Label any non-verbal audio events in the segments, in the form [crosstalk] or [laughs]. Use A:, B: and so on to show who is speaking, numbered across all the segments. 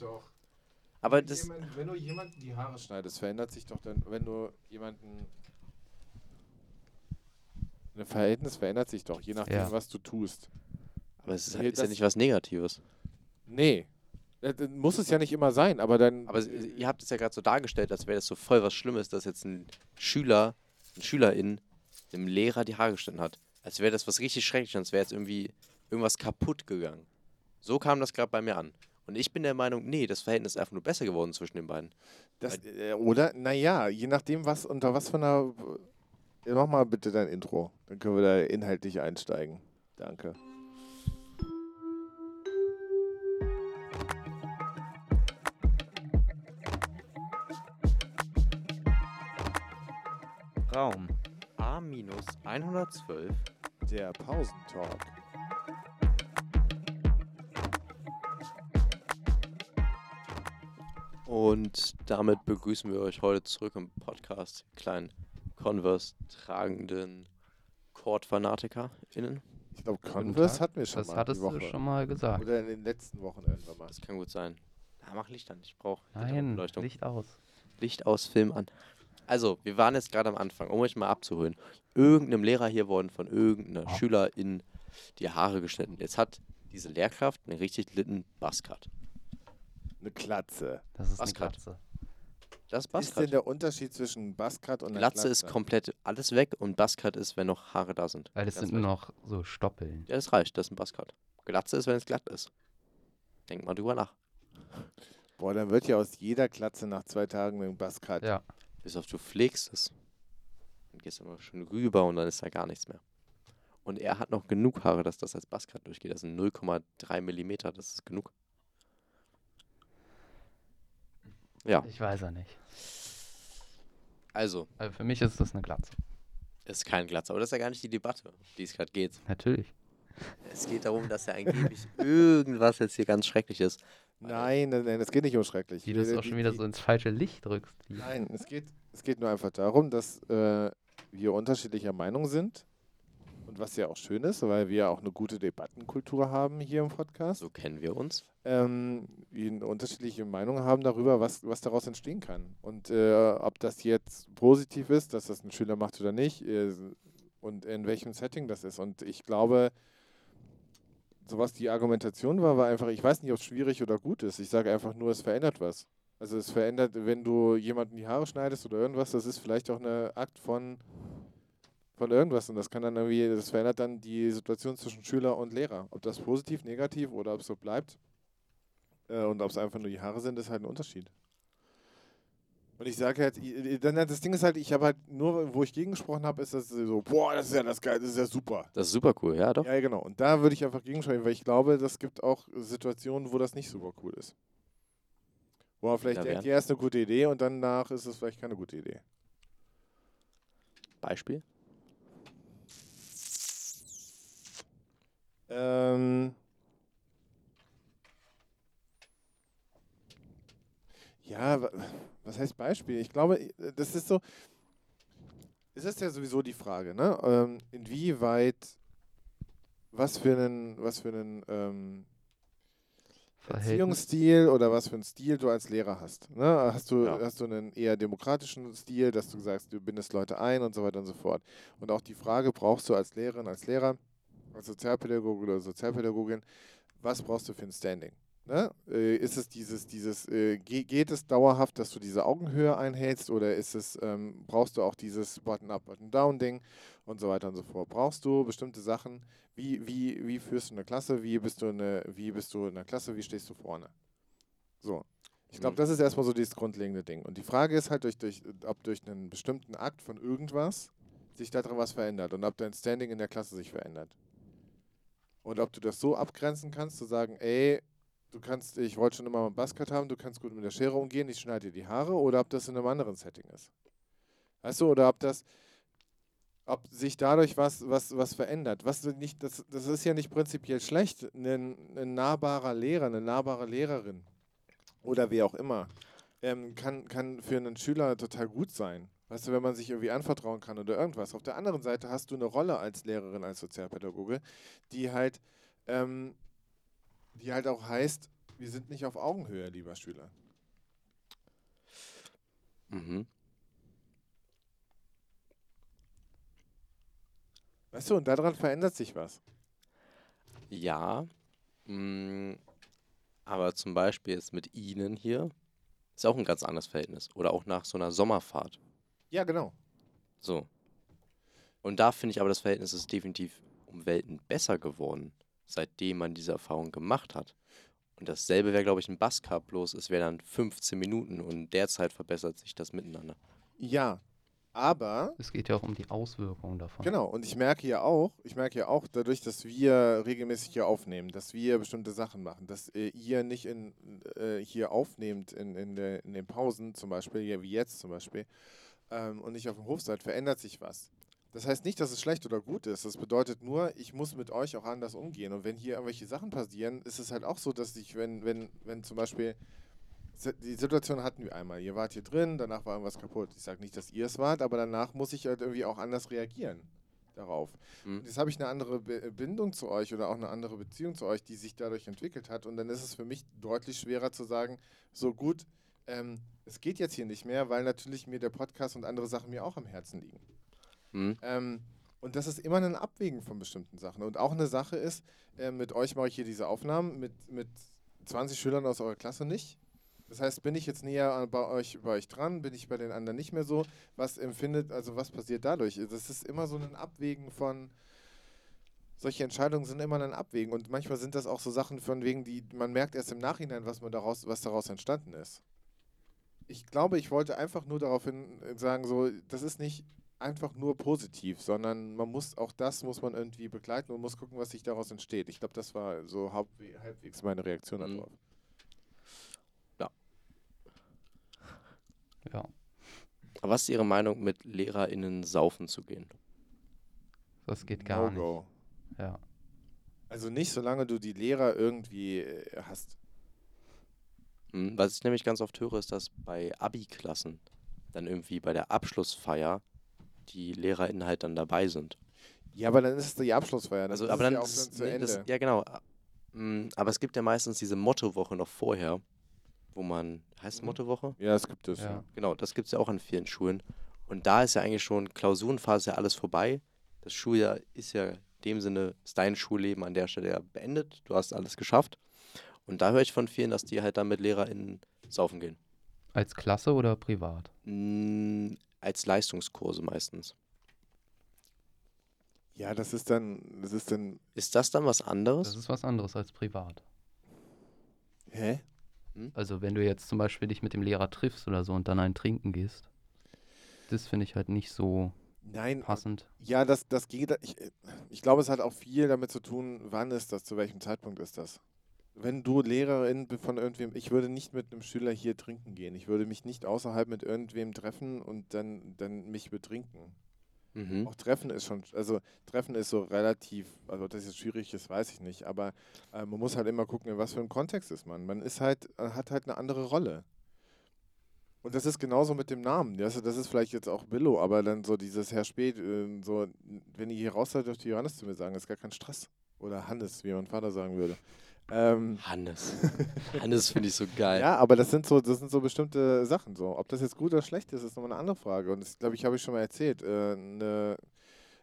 A: doch.
B: Aber
A: Wenn
B: das.
A: jemand- wenn du jemanden die Haare schneidest, verändert sich doch dann, wenn du jemanden. Ein Verhältnis verändert sich doch, je nachdem,
B: Ja.
A: was du tust.
B: Aber es ist, halt-
A: Nee,
B: ist ja
A: das-
B: nicht was Negatives.
A: Nee. Äh, dann Muss es ja nicht immer sein, aber dann.
B: Aber es- ihr habt es ja gerade so dargestellt, als wäre das so voll was Schlimmes, dass jetzt ein Schüler, ein Schülerin, einem Lehrer die Haare geschnitten hat. Als wäre das was richtig Schreckliches, als wäre jetzt irgendwie irgendwas kaputt gegangen. So kam das gerade bei mir an. Und ich bin der Meinung, nee, das Verhältnis ist einfach nur besser geworden zwischen den beiden.
A: Das, äh, oder, naja, je nachdem, was unter was von einer. Ja, Mach mal bitte dein Intro. Dann können wir da inhaltlich einsteigen. Danke.
B: Raum A-112.
A: Der Pausentalk.
B: Und damit begrüßen wir euch heute zurück im Podcast kleinen Converse tragenden Chord-FanatikerInnen.
A: Ich glaube,
C: Guten
A: Converse
C: Tag.
A: hatten wir schon
C: Das
A: mal.
C: hattest
A: die Woche.
C: du schon mal gesagt.
A: Oder in den letzten Wochen irgendwann mal.
B: Das kann gut sein. Ah, mach Licht an, ich brauche
C: Nein, Licht aus.
B: Licht aus, Film an. Also, wir waren jetzt gerade am Anfang, um euch mal abzuholen. Irgendeinem Lehrer hier wurden von irgendeiner
C: Ah.
B: Schülerin die Haare geschnitten. Jetzt hat diese Lehrkraft einen richtig litten Buzzcut.
A: Eine Klatze.
C: Das ist eine
B: Asgard.
C: Katze.
B: Das
A: Was ist denn
B: Buzzcut.
A: der Unterschied zwischen Buzzcut und einer
B: Glatze ist komplett alles weg und Buzzcut ist, wenn noch Haare da sind.
C: Weil das
B: Ganz
C: sind nur
B: leicht.
C: noch so Stoppeln.
B: Ja, das reicht, das ist ein Buzzcut. Glatze ist, wenn es glatt ist. Denk mal drüber nach.
A: Boah, dann wird ja aus jeder Klatze nach zwei Tagen ein Buzzcut.
C: Ja.
B: Bis auf du pflegst es. Dann gehst du immer schön rüber und dann ist da gar nichts mehr. Und er hat noch genug Haare, dass das als Buzzcut durchgeht. Das sind 0,3 Millimeter, das ist genug.
A: genau.
B: Ja,
C: Ich weiß ja nicht.
B: also,
C: Also für mich ist das eine Glatze.
B: ist kein Glatzer. Aber das ist ja gar nicht die Debatte, um die es gerade geht.
C: Natürlich.
B: Es geht darum, dass ja angeblich [laughs] irgendwas jetzt hier ganz schrecklich ist.
A: Nein, nein, nein, es geht nicht um schrecklich.
C: Wie du es
A: Die-
C: auch schon
A: die-
C: wieder
A: die-
C: so ins falsche Licht drückst. Wie-
A: Nein, es geht, es geht nur einfach darum, dass äh, wir unterschiedlicher Meinung sind. Und was ja auch schön ist, weil wir ja auch eine gute Debattenkultur haben hier im Podcast.
B: So kennen wir uns.
A: Ähm, wir eine unterschiedliche Meinungen haben darüber, was, was daraus entstehen kann. Und äh, ob das jetzt positiv ist, dass das ein Schüler macht oder nicht. Äh, und in welchem Setting das ist. Und ich glaube, sowas die Argumentation war, war einfach, ich weiß nicht, ob es schwierig oder gut ist. Ich sage einfach nur, es verändert was. Also es verändert, wenn du jemanden die Haare schneidest oder irgendwas, das ist vielleicht auch ein Akt von, von irgendwas. Und das kann dann irgendwie, das verändert dann die Situation zwischen Schüler und Lehrer. Ob das positiv, negativ oder ob es so bleibt. Äh, und ob es einfach nur die Haare sind, ist halt ein Unterschied. Und ich sage halt, i- i- dann halt das Ding ist halt, ich habe halt nur, wo ich gegengesprochen habe, ist das so, boah, das ist ja das geil, das ist ja super.
B: Das ist super cool, ja doch.
A: Ja, genau. Und da würde ich einfach gegenschreiben, weil ich glaube, das gibt auch Situationen, wo das nicht super cool ist. Wo man vielleicht
B: Da
A: denkt,
B: wären-
A: ja, ist eine gute Idee und danach ist es vielleicht keine gute Idee.
B: Beispiel.
A: Ähm. Ja, wa- was heißt Beispiel? Ich glaube, i- das ist so. Es ist ja sowieso die Frage, ne? Ähm, inwieweit, was für einen, was für einen ähm,
C: Verhältnis.
A: Erziehungsstil oder was für einen Stil du als Lehrer hast. Ne? Hast, du,
B: Ja.
A: hast du einen eher demokratischen Stil, dass du sagst, du bindest Leute ein und so weiter und so fort. Und auch die Frage, brauchst du als Lehrerin, als Lehrer, als Sozialpädagoge oder Sozialpädagogin, was brauchst du für ein Standing? Ne? Äh, Ist es dieses, dieses, äh, ge- geht es dauerhaft, dass du diese Augenhöhe einhältst oder ist es, ähm, brauchst du auch dieses Button-up, Button-down-Ding und so weiter und so fort? Brauchst du bestimmte Sachen, wie, wie, wie führst du eine Klasse? Wie bist du eine, wie bist du in der Klasse? Wie stehst du vorne? So. Ich glaube,
B: Mhm.
A: das ist erstmal so dieses grundlegende Ding. Und die Frage ist halt, durch, durch, ob durch einen bestimmten Akt von irgendwas sich daran was verändert und ob dein Standing in der Klasse sich verändert. Und ob du das so abgrenzen kannst, zu sagen, ey, du kannst, ich wollte schon immer mal einen Buzzcut haben, du kannst gut mit der Schere umgehen, ich schneide dir die Haare, oder ob das in einem anderen Setting ist. Weißt du, oder ob das, ob sich dadurch was, was, was verändert. Was du nicht, das, das ist ja nicht prinzipiell schlecht, ein, ein nahbarer Lehrer, eine nahbare Lehrerin oder wer auch immer, ähm, kann, kann für einen Schüler total gut sein. Weißt du, wenn man sich irgendwie anvertrauen kann oder irgendwas. Auf der anderen Seite hast du eine Rolle als Lehrerin, als Sozialpädagoge, die halt, ähm, die halt auch heißt, Wir sind nicht auf Augenhöhe, lieber Schüler.
B: Mhm.
A: Weißt du, und daran verändert sich was.
B: Ja. Mm, aber zum Beispiel jetzt mit Ihnen hier ist auch ein ganz anderes Verhältnis. Oder auch nach so einer Sommerfahrt.
A: Ja, genau.
B: So. Und da finde ich aber, das Verhältnis ist definitiv um Welten besser geworden, seitdem man diese Erfahrung gemacht hat. Und dasselbe wäre, glaube ich, ein Basscup, bloß es wäre dann 15 Minuten und derzeit verbessert sich das miteinander.
A: Ja, aber
C: Es geht ja auch um die Auswirkungen davon.
A: Genau, und ich merke ja auch, ich merke ja auch, dadurch, dass wir regelmäßig hier aufnehmen, dass wir bestimmte Sachen machen, dass äh, ihr nicht in, äh, hier aufnehmt in, in, der, in den Pausen zum Beispiel, ja, wie jetzt zum Beispiel, ähm, und nicht auf dem Hof seid, verändert sich was. Das heißt nicht, dass es schlecht oder gut ist. Das bedeutet nur, ich muss mit euch auch anders umgehen. Und wenn hier irgendwelche Sachen passieren, ist es halt auch so, dass ich, wenn, wenn, wenn zum Beispiel Si- die Situation hatten wir einmal. Ihr wart hier drin, danach war irgendwas kaputt. Ich sage nicht, dass ihr es wart, aber danach muss ich halt irgendwie auch anders reagieren darauf.
B: Mhm.
A: Und jetzt habe ich eine andere Be äh, Bindung zu euch oder auch eine andere Beziehung zu euch, die sich dadurch entwickelt hat. Und dann ist es für mich deutlich schwerer zu sagen, so gut, ähm, es geht jetzt hier nicht mehr, weil natürlich mir der Podcast und andere Sachen mir auch am Herzen liegen.
B: Mhm.
A: Ähm, und das ist immer ein Abwägen von bestimmten Sachen. Und auch eine Sache ist, äh, mit euch mache ich hier diese Aufnahmen, mit, mit 20 Schülern aus eurer Klasse nicht. Das heißt, bin ich jetzt näher an- bei euch, bei euch dran, bin ich bei den anderen nicht mehr so? Was empfindet, also was passiert dadurch? Das ist immer so ein Abwägen von, solche Entscheidungen sind immer ein Abwägen. Und manchmal sind das auch so Sachen von wegen, die man merkt erst im Nachhinein, was, man daraus, was daraus entstanden ist. Ich glaube, ich wollte einfach nur darauf hin sagen, so, das ist nicht einfach nur positiv, sondern man muss auch das muss man irgendwie begleiten und muss gucken, was sich daraus entsteht. Ich glaube, das war so hauptwe- halbwegs meine Reaktion
B: Mhm.
A: darauf.
C: Ja.
B: Aber was ist Ihre Meinung, mit LehrerInnen saufen zu gehen?
C: Das geht gar nicht.
A: No-go.
C: Ja.
A: Also nicht, solange du die Lehrer irgendwie äh, hast.
B: Hm, Was ich nämlich ganz oft höre, ist, dass bei Abi-Klassen dann irgendwie bei der Abschlussfeier die LehrerInnen halt dann dabei sind.
A: Ja, aber dann ist es die Abschlussfeier.
B: Also,
A: ist
B: aber
A: es
B: dann
A: ja auch
B: ist,
A: zu
B: nee,
A: Ende.
B: Das, ja genau. Ah, mm, Aber es gibt ja meistens diese Mottowoche noch vorher, wo man heißt
A: Mhm.
B: Mottowoche?
A: ja, es gibt es.
C: Ja.
A: Ja.
B: Genau, das gibt es ja auch an vielen Schulen. Und da ist ja eigentlich schon Klausurenphase ja alles vorbei. Das Schuljahr ist ja in dem Sinne, ist dein Schulleben an der Stelle ja beendet. Du hast alles geschafft. Und da höre ich von vielen, dass die halt dann mit LehrerInnen saufen gehen.
C: Als Klasse oder privat?
B: Mm, Als Leistungskurse meistens.
A: ja, das ist dann, das ist dann,
B: Ist das dann was
C: Das
B: anderes?
C: ist was anderes als privat.
A: hä?
C: Also wenn du jetzt zum Beispiel dich mit dem Lehrer triffst oder so und dann ein Trinken gehst, das finde ich halt nicht so
A: Nein, ab-
C: passend.
A: ja, das, das geht, ich, äh, ich glaube, es hat auch viel damit zu tun, wann ist das, zu welchem Zeitpunkt ist das. Wenn du Lehrerin bi- von irgendwem, ich würde nicht mit einem Schüler hier trinken gehen. Ich würde mich nicht außerhalb mit irgendwem treffen und dann, dann mich betrinken.
B: Mhm.
A: Auch Treffen ist schon, also Treffen ist so relativ, also ob das jetzt schwierig ist, weiß ich nicht, aber äh, man muss halt immer gucken, in was für einem Kontext ist man. Man ist halt, äh, hat halt eine andere Rolle. Und das ist genauso mit dem Namen. Das, das ist vielleicht jetzt auch Billo, aber dann so dieses Herr Spät, äh, so, wenn ihr hier raus seid, dürft ihr Johannes zu mir sagen, ist gar kein Stress. Oder Hannes, wie mein Vater sagen würde. Ähm,
B: Hannes. Hannes finde ich so geil.
A: ja, aber das sind so, das sind so bestimmte Sachen so. Ob das jetzt gut oder schlecht ist, ist nochmal eine andere Frage. Und das glaube ich, habe ich schon mal erzählt. Äh, ne,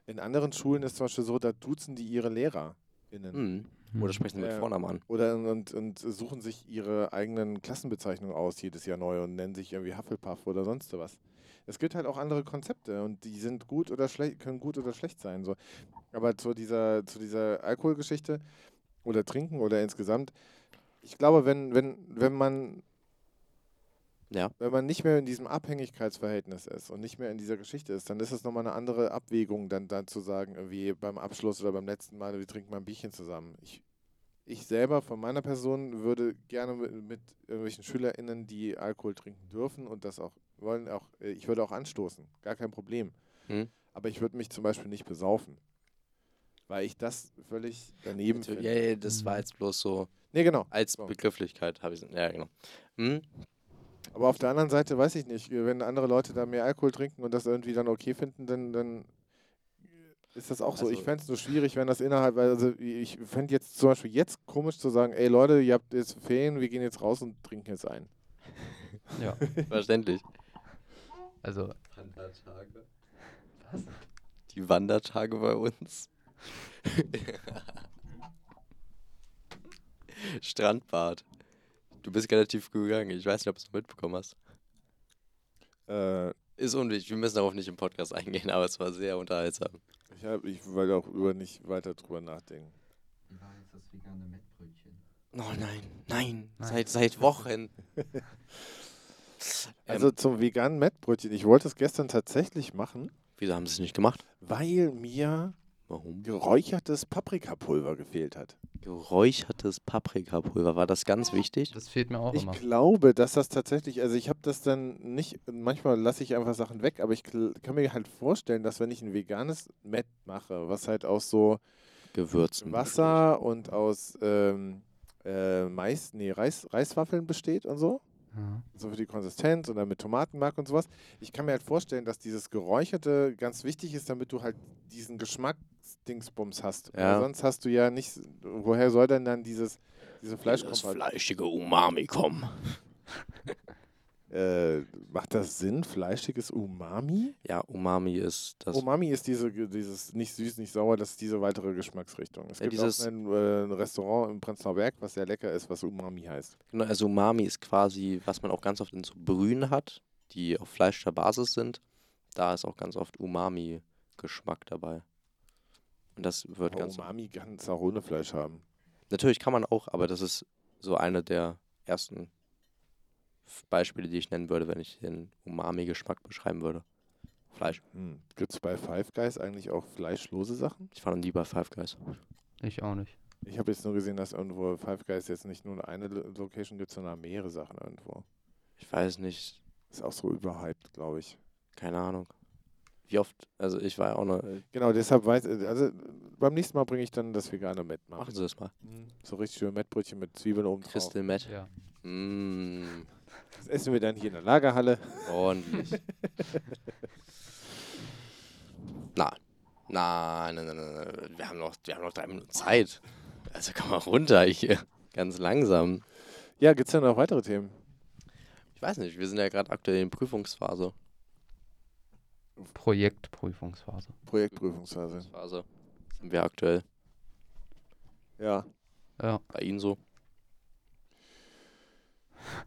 A: in anderen Schulen ist zum Beispiel so, da duzen die ihre LehrerInnen.
B: Mhm.
C: Hm.
B: Oder sprechen sie mit
A: Ja.
B: Vornamen an.
A: Oder und, und suchen sich ihre eigenen Klassenbezeichnungen aus jedes Jahr neu und nennen sich irgendwie Hufflepuff oder sonst was. Es gibt halt auch andere Konzepte und die sind gut oder schlecht, können gut oder schlecht sein. So. Aber zu dieser, zu dieser Alkoholgeschichte oder Trinken oder insgesamt, ich glaube, wenn, wenn, wenn man
B: Ja.
A: wenn man nicht mehr in diesem Abhängigkeitsverhältnis ist und nicht mehr in dieser Geschichte ist, dann ist es nochmal eine andere Abwägung, dann, dann zu sagen, irgendwie beim Abschluss oder beim letzten Mal, wir trinken mal ein Bierchen zusammen. Ich, ich selber von meiner Person würde gerne mit, mit irgendwelchen SchülerInnen, die Alkohol trinken dürfen und das auch wollen, auch, äh, ich würde auch anstoßen. Gar kein Problem.
B: Mhm.
A: Aber ich würde mich zum Beispiel nicht besaufen. Weil ich das völlig daneben
B: Natürlich,
A: finde.
B: Ja, ja, das war
C: Mhm.
B: jetzt bloß so
A: Nee, genau.
B: als
A: So.
B: Begrifflichkeit habe ich ja genau. Hm?
A: Aber auf der anderen Seite weiß ich nicht, wenn andere Leute da mehr Alkohol trinken und das irgendwie dann okay finden, dann, dann ist das auch so. Ich
B: Also-
A: fände es nur schwierig, wenn das innerhalb, weil also ich fände jetzt zum Beispiel jetzt komisch zu sagen, ey Leute, ihr habt jetzt Ferien, wir gehen jetzt raus und trinken jetzt ein.
C: Ja.
B: Verständlich.
C: Also,
B: Wandertage. Was? Die Wandertage bei uns. [laughs] Strandbad. Du bist relativ gut gegangen. Ich weiß nicht, ob du es mitbekommen hast.
A: Äh,
B: Ist unwichtig. Wir müssen darauf nicht im Podcast eingehen, aber es war sehr unterhaltsam.
A: ich, hab, ich will auch über nicht weiter drüber nachdenken.
D: Nein, das vegane Mettbrötchen.
B: Oh nein, nein.
C: Nein.
B: Seit, seit Wochen.
A: Also zum veganen Mettbrötchen. Ich wollte es gestern tatsächlich machen,
B: Wieso haben sie es nicht gemacht?
A: weil mir
B: Warum?
A: geräuchertes Paprikapulver gefehlt hat.
B: Geräuchertes Paprikapulver. War das ganz wichtig?
C: das fehlt mir auch
A: Ich
C: immer.
A: glaube, dass das tatsächlich, also ich habe das dann nicht, manchmal lasse ich einfach Sachen weg, aber ich gl- kann mir halt vorstellen, dass wenn ich ein veganes Met mache, was halt aus so
B: Gewürzen.
A: Wasser und aus ähm, äh, Mais, nee, Reis, Reiswaffeln besteht und so,
C: Ja.
A: so für die Konsistenz und dann mit Tomatenmark und sowas. Ich kann mir halt vorstellen, dass dieses Geräucherte ganz wichtig ist, damit du halt diesen Geschmacksdingsbums hast. Weil
B: Ja.
A: Sonst hast du ja nicht, woher soll denn dann dieses, diese
B: Das
A: Fleischkomponente?
B: fleischige Umami kommen.
A: Äh, macht das Sinn? Fleischiges Umami?
B: Ja, Umami ist das.
A: Umami ist diese, dieses nicht süß, nicht sauer, das ist diese weitere Geschmacksrichtung. Es
B: Ja,
A: gibt
B: dieses-
A: auch ein, äh, ein Restaurant im Prenzlauer Berg, was sehr lecker ist, was Umami heißt.
B: Genau, also Umami ist quasi, was man auch ganz oft in so Brühen hat, die auf fleischer Basis sind. Da ist auch ganz oft Umami-Geschmack dabei. Und das wird
A: Aber
B: ganz.
A: Umami kann es auch ohne Fleisch haben.
B: Natürlich kann man auch, aber das ist so eine der ersten F- Beispiele, die ich nennen würde, wenn ich den Umami-Geschmack beschreiben würde. Fleisch.
A: Hm. Gibt es bei Five Guys eigentlich auch fleischlose Sachen?
B: Ich fand lieber Five Guys.
C: Ich auch nicht.
A: Ich habe jetzt nur gesehen, dass irgendwo Five Guys jetzt nicht nur eine Lo- Location gibt, sondern mehrere Sachen irgendwo.
B: Ich weiß nicht,
A: Ist auch so überhyped, glaube ich.
B: keine Ahnung. Wie oft, also ich war ja auch noch. äh,
A: Genau, deshalb weiß also äh, beim nächsten Mal bringe ich dann das vegane Met mal.
B: Machen Sie das mal.
A: So richtig schön Mettbrötchen mit Zwiebeln oben drauf.
B: Crystal Matt.
C: Ja.
B: Mm,
A: Das essen wir dann hier in der Lagerhalle.
B: ordentlich. Nein. Nein, nein, nein, nein, nein. Wir haben, noch, wir haben noch drei Minuten Zeit. Also komm mal runter hier. Ganz langsam.
A: Ja, gibt es denn noch weitere Themen?
B: Ich weiß nicht, wir sind ja gerade aktuell in Prüfungsphase.
C: Projektprüfungsphase.
A: Projektprüfungsphase.
B: Phase. Sind wir aktuell.
A: Ja.
C: Ja.
B: Bei Ihnen so.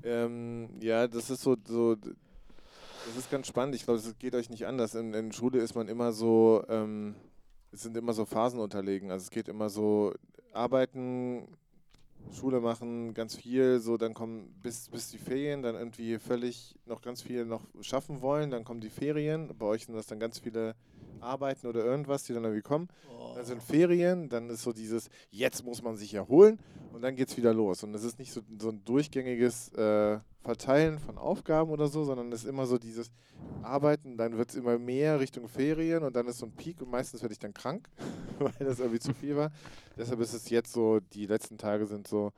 A: Ähm, ja, das ist so, so, das ist ganz spannend. Ich glaube, es geht euch nicht anders. In, in Schule ist man immer so, ähm, es sind immer so Phasen unterlegen. Also es geht immer so arbeiten, Schule machen, ganz viel, so dann kommen bis, bis die Ferien, dann irgendwie völlig noch ganz viel noch schaffen wollen, dann kommen die Ferien. Bei euch sind das dann ganz viele Arbeiten oder irgendwas, die dann irgendwie kommen. Dann sind Ferien, dann ist so dieses, jetzt muss man sich erholen und dann geht's wieder los. Und es ist nicht so, so ein durchgängiges äh, Verteilen von Aufgaben oder so, sondern es ist immer so dieses Arbeiten, dann wird's immer mehr Richtung Ferien und dann ist so ein Peak und meistens werde ich dann krank, [laughs] weil das irgendwie zu viel war. Deshalb ist es jetzt so, die letzten Tage sind so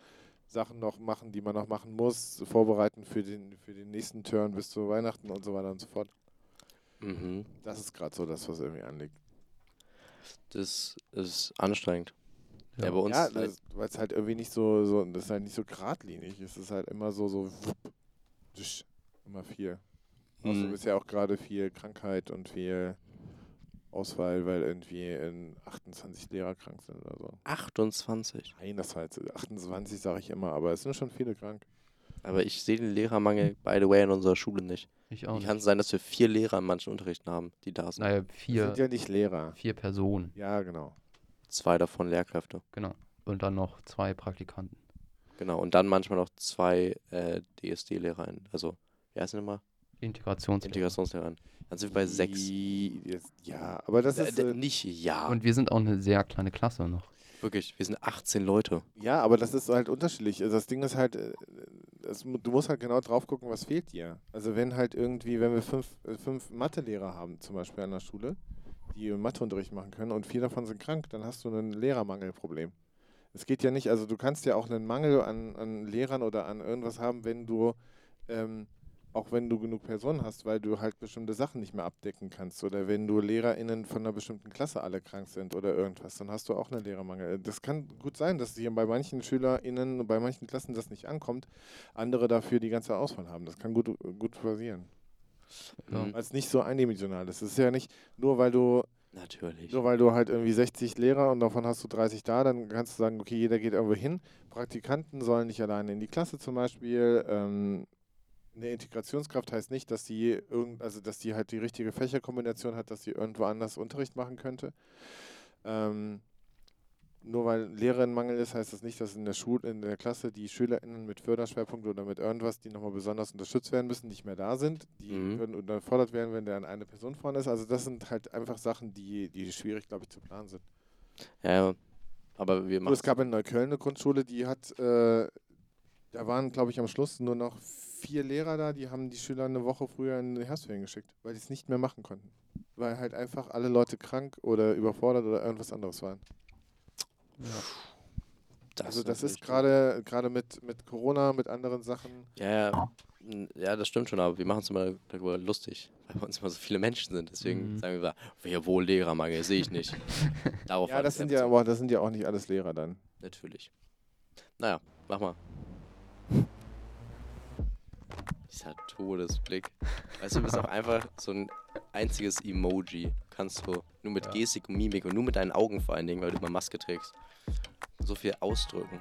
A: Sachen noch machen, die man noch machen muss, vorbereiten für den, für den nächsten Turn bis zu Weihnachten und so weiter und so fort.
B: Mhm.
A: Das ist gerade so das, was irgendwie anliegt.
B: Das ist anstrengend. Ja,
C: Ja.
B: bei uns.
A: Ja, weil es halt irgendwie nicht so, so, das ist halt nicht so geradlinig. Es ist halt immer so, so wupp, tsch, immer viel. Außerdem
B: Mhm.
A: ist ja auch gerade viel Krankheit und viel Auswahl, weil irgendwie in 28 Lehrer krank sind oder so.
B: 28.
A: Nein, das war jetzt 28, sage ich immer, aber es sind schon viele krank.
B: Aber ich sehe den Lehrermangel, by the way, in unserer Schule nicht.
C: Ich auch
B: Wie
C: nicht.
B: kann es sein, dass wir vier Lehrer in manchen Unterrichten haben, die da sind?
C: Naja,
A: Das
C: vier,
A: sind ja nicht Lehrer.
C: vier Personen.
A: Ja, genau.
B: Zwei davon Lehrkräfte.
C: Genau. Und dann noch zwei Praktikanten.
B: Genau. Und dann manchmal noch zwei äh, DSD-LehrerInnen. Also, wie heißen die mal?
C: Integrationslehrer.
B: Integrationslehrerinnen. Dann sind wir bei sechs.
A: Die- jetzt- Ja, aber das
B: Äh,
A: ist.
B: d-
A: Äh,
B: nicht ja.
C: Und wir sind auch eine sehr kleine Klasse noch.
B: Wirklich, wir sind 18 Leute.
A: Ja, aber das ist halt unterschiedlich. Also das Ding ist halt, äh, es, mu- du musst halt genau drauf gucken, was fehlt dir. Also wenn halt irgendwie, wenn wir fünf, äh, fünf Mathelehrer haben, zum Beispiel an der Schule, die Matheunterricht machen können und vier davon sind krank, dann hast du ein Lehrermangelproblem. Es geht ja nicht, also du kannst ja auch einen Mangel an, an Lehrern oder an irgendwas haben, wenn du ähm, auch wenn du genug Personen hast, weil du halt bestimmte Sachen nicht mehr abdecken kannst. Oder wenn du LehrerInnen von einer bestimmten Klasse alle krank sind oder irgendwas, dann hast du auch einen Lehrermangel. Äh, Das kann gut sein, dass hier bei manchen SchülerInnen, bei manchen Klassen das nicht ankommt, andere dafür die ganze Auswahl haben. Das kann gut, gut passieren.
C: Ja.
A: Weil es nicht so eindimensional ist. Es ist ja nicht nur, weil du
B: Natürlich.
A: nur weil du halt irgendwie 60 Lehrer und davon hast du 30 da, dann kannst du sagen, okay, jeder geht irgendwo hin. Praktikanten sollen nicht alleine in die Klasse zum Beispiel. Ähm, eine Integrationskraft heißt nicht, dass die irgend, also dass die halt die richtige Fächerkombination hat, dass sie irgendwo anders Unterricht machen könnte. Ähm, nur weil Lehrerinnenmangel ist, heißt das nicht, dass in der Schule, in der Klasse die SchülerInnen mit Förderschwerpunkt oder mit irgendwas, die nochmal besonders unterstützt werden müssen, nicht mehr da sind. Die
B: Mhm.
A: können unterfordert werden, wenn dann eine Person vorne ist. Also das sind halt einfach Sachen, die, die schwierig, glaube ich, zu planen sind.
B: Ja, aber wir
A: Du, es
B: machen.
A: gab in Neukölln eine Grundschule, die hat, äh, da waren, glaube ich, am Schluss nur noch vier Lehrer da, die haben die Schüler eine Woche früher in die Herbstferien geschickt, weil die es nicht mehr machen konnten. Weil halt einfach alle Leute krank oder überfordert oder irgendwas anderes waren. also das ist
B: natürlich-
A: gerade gerade mit, mit Corona, mit anderen Sachen.
B: Ja, ja. N- ja, das stimmt schon, aber wir machen uns immer darüber lustig, [laughs] weil bei uns immer so viele Menschen sind. Deswegen
C: Mhm.
B: sagen wir, immer, wir wohl Lehrermangel, sehe
A: [laughs]
B: ich nicht. Darauf
A: Ja,
B: wollte
A: das
B: ich
A: sind ja,
B: einfach
A: aber das sind ja auch nicht alles Lehrer dann.
B: so- Natürlich. Naja, mach mal. Dieser Todesblick. Weißt du, du
A: [laughs]
B: bist auch einfach so ein einziges Emoji. Kannst du nur mit
C: Ja.
B: Gestik und Mimik und nur mit deinen Augen vor allen Dingen, weil du immer Maske trägst. So viel ausdrücken.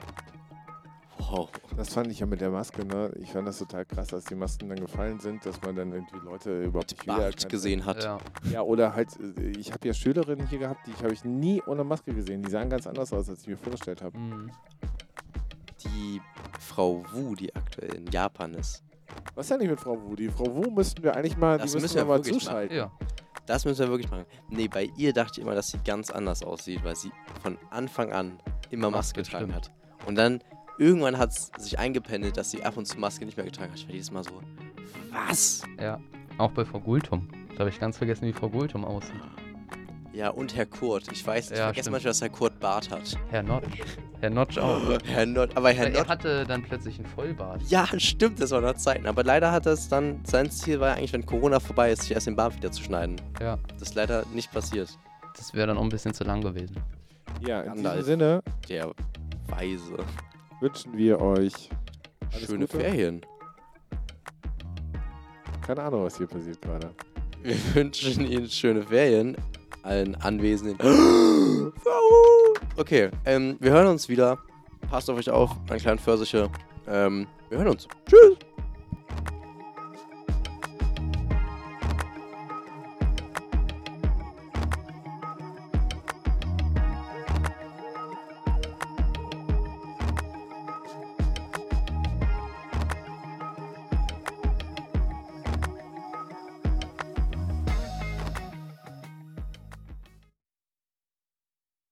B: Wow.
A: Das fand ich ja mit der Maske, ne? Ich fand das total krass, als die Masken dann gefallen sind, dass man dann irgendwie Leute überhaupt nicht wiedererkannt
B: Bart
A: hat.
B: gesehen hat.
C: Ja.
A: Ja, oder halt, äh, ich habe ja Schülerinnen hier gehabt, die habe ich nie ohne Maske gesehen. Die sahen ganz anders aus, als ich mir vorgestellt habe.
C: Mhm.
B: die Frau Wu, die aktuell in Japan ist.
A: Was ist eigentlich mit Frau Wu? Die Frau Wu müssten wir eigentlich mal,
B: Das
A: die müssen
B: müssen
A: wir
B: wir
A: mal
B: wirklich machen.
A: zuschalten.
C: ja.
B: Das müssen wir wirklich machen. Nee, bei ihr dachte ich immer, dass sie ganz anders aussieht, weil sie von Anfang an immer Maske
C: Maske,
B: getragen hat. Und dann irgendwann hat es sich eingependelt, dass sie ab und zu Maske nicht mehr getragen hat. Ich war jedes Mal so, was?
C: Ja. Auch bei Frau Gultum. Da habe ich ganz vergessen, wie Frau Gultum aussieht.
B: Ja, und Herr Kurt. Ich weiß, ich
C: Ja,
B: vergesse
C: stimmt.
B: manchmal, dass Herr Kurt Bart hat. Oh,
C: Herr Notch. Herr Notch auch.
B: Herr Nord, aber Äh, Herr
C: Weil er
B: Nord.
C: hatte dann plötzlich einen Vollbart.
B: Ja, stimmt, das war noch Zeiten. Aber leider hat das dann, sein Ziel war ja eigentlich, wenn Corona vorbei ist, sich erst den Bart wieder zu schneiden.
C: Ja.
B: Das ist leider nicht passiert.
C: Das wäre dann auch ein bisschen zu lang gewesen.
A: Ja, halt. in diesem
B: Gandalf.
A: Sinne
B: Der Weise.
A: wünschen wir euch, Alles
B: Schöne
A: Gute.
B: Ferien.
A: keine Ahnung, was hier passiert gerade. [laughs]
B: Wir wünschen Ihnen schöne Ferien.
A: [gasps]
B: Allen Anwesenden. Au! Okay, ähm, wir hören uns wieder. Passt auf euch auf, meine kleinen Pfirsiche. Ähm, wir hören uns. Tschüss.